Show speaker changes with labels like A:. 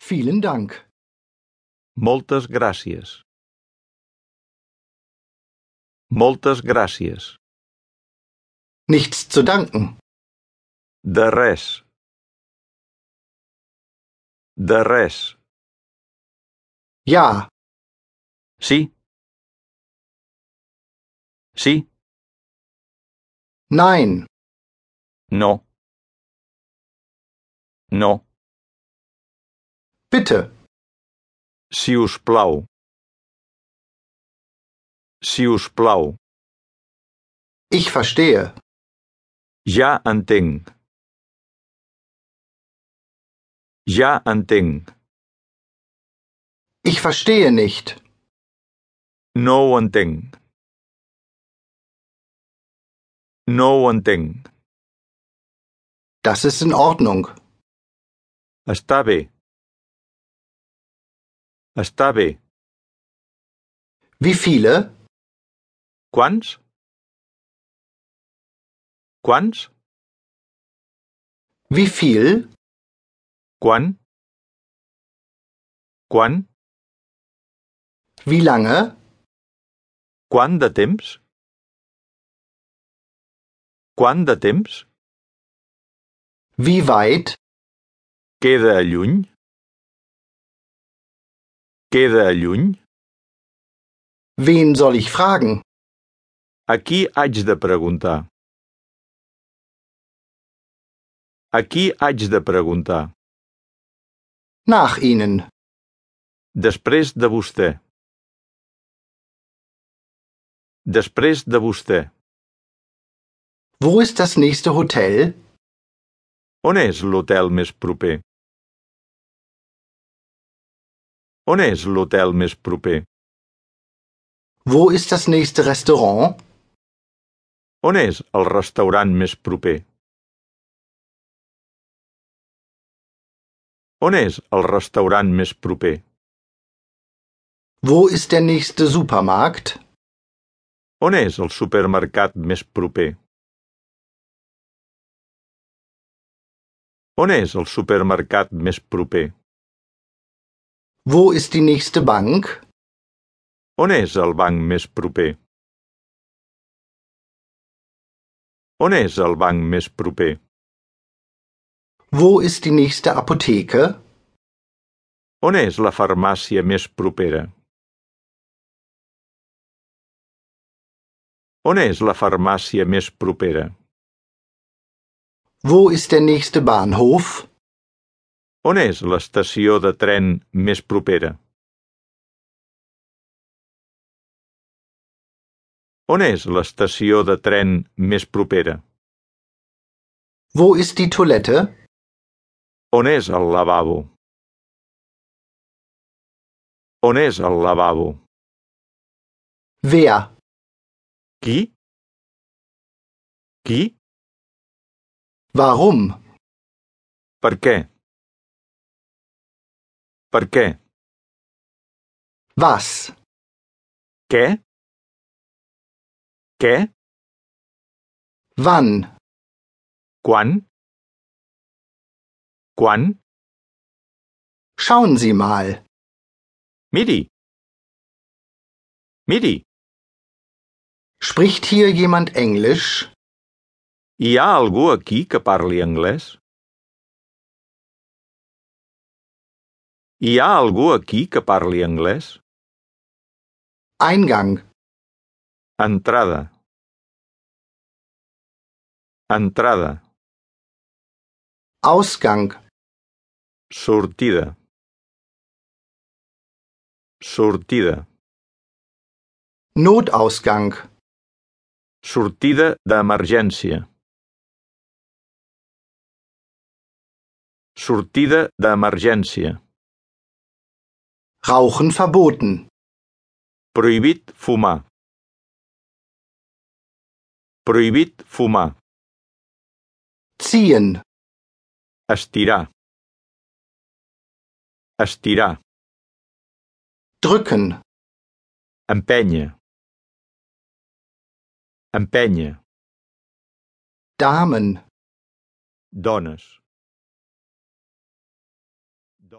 A: Vielen Dank.
B: Moltes gràcies. Moltes gràcies.
A: Nichts zu danken.
B: De res. De res.
A: Ja,
B: Sí. Sí.
A: nein,
B: No. No.
A: bitte,
B: Si us plau. Si us plau.
A: ich verstehe.
B: Ja entenc. Ja entenc.
A: Ich verstehe nicht.
B: No ho entenc. No ho entenc.
A: Das ist in Ordnung.
B: Està bé. Està bé.
A: Wie viele?
B: Quants? Quants?
A: Wie viel?
B: Quan? Quan?
A: Wie lange?
B: Quant de temps? Quant de temps?
A: Wie weit?
B: Queda lluny? Queda lluny?
A: Wen soll ich fragen?
B: A qui haig de preguntar? A qui haig de preguntar?
A: Nach Ihnen.
B: Després de vostè. Després de vostè.
A: Wo ist das nächste Hotel?
B: On és l'hotel més proper? On és l'hotel més proper?
A: Wo ist das nächste Restaurant?
B: On és el restaurant més proper? On és el restaurant més proper?
A: Wo ist der nächste Supermarkt?
B: On és el supermercat més proper? On és el supermercat més proper?
A: Wo ist die nächste Bank?
B: On és el banc més proper? On és el banc més proper?
A: Wo ist die nächste Apotheke?
B: On és la farmàcia més propera? On és la farmàcia més propera?
A: Wo ist der nächste Bahnhof?
B: On és l'estació de tren més propera? On és l'estació de tren més propera?
A: Wo ist die Toilette?
B: On és el lavabo? On és el lavabo?
A: Wer?
B: Qui? Qui?
A: Warum?
B: Per què? Per què?
A: Was?
B: Què? Què?
A: Wann?
B: Quan? Quan?
A: Schauen Sie mal.
B: Miri. Miri,
A: Spricht hier jemand Englisch?
B: hi ha algú aquí que parli anglès? Hi ha algú aquí que parli anglès?
A: Eingang.
B: Entrada. Entrada.
A: Ausgang.
B: Sortida. Sortida.
A: Notausgang.
B: Sortida d'emergència. Sortida d'emergència.
A: Rauchen verboten.
B: Prohibit fumar. Prohibit fumar.
A: Ziehen.
B: Estirar. Estirar.
A: Drücken.
B: Empènyer. Empènyer.
A: Damen.
B: Dones.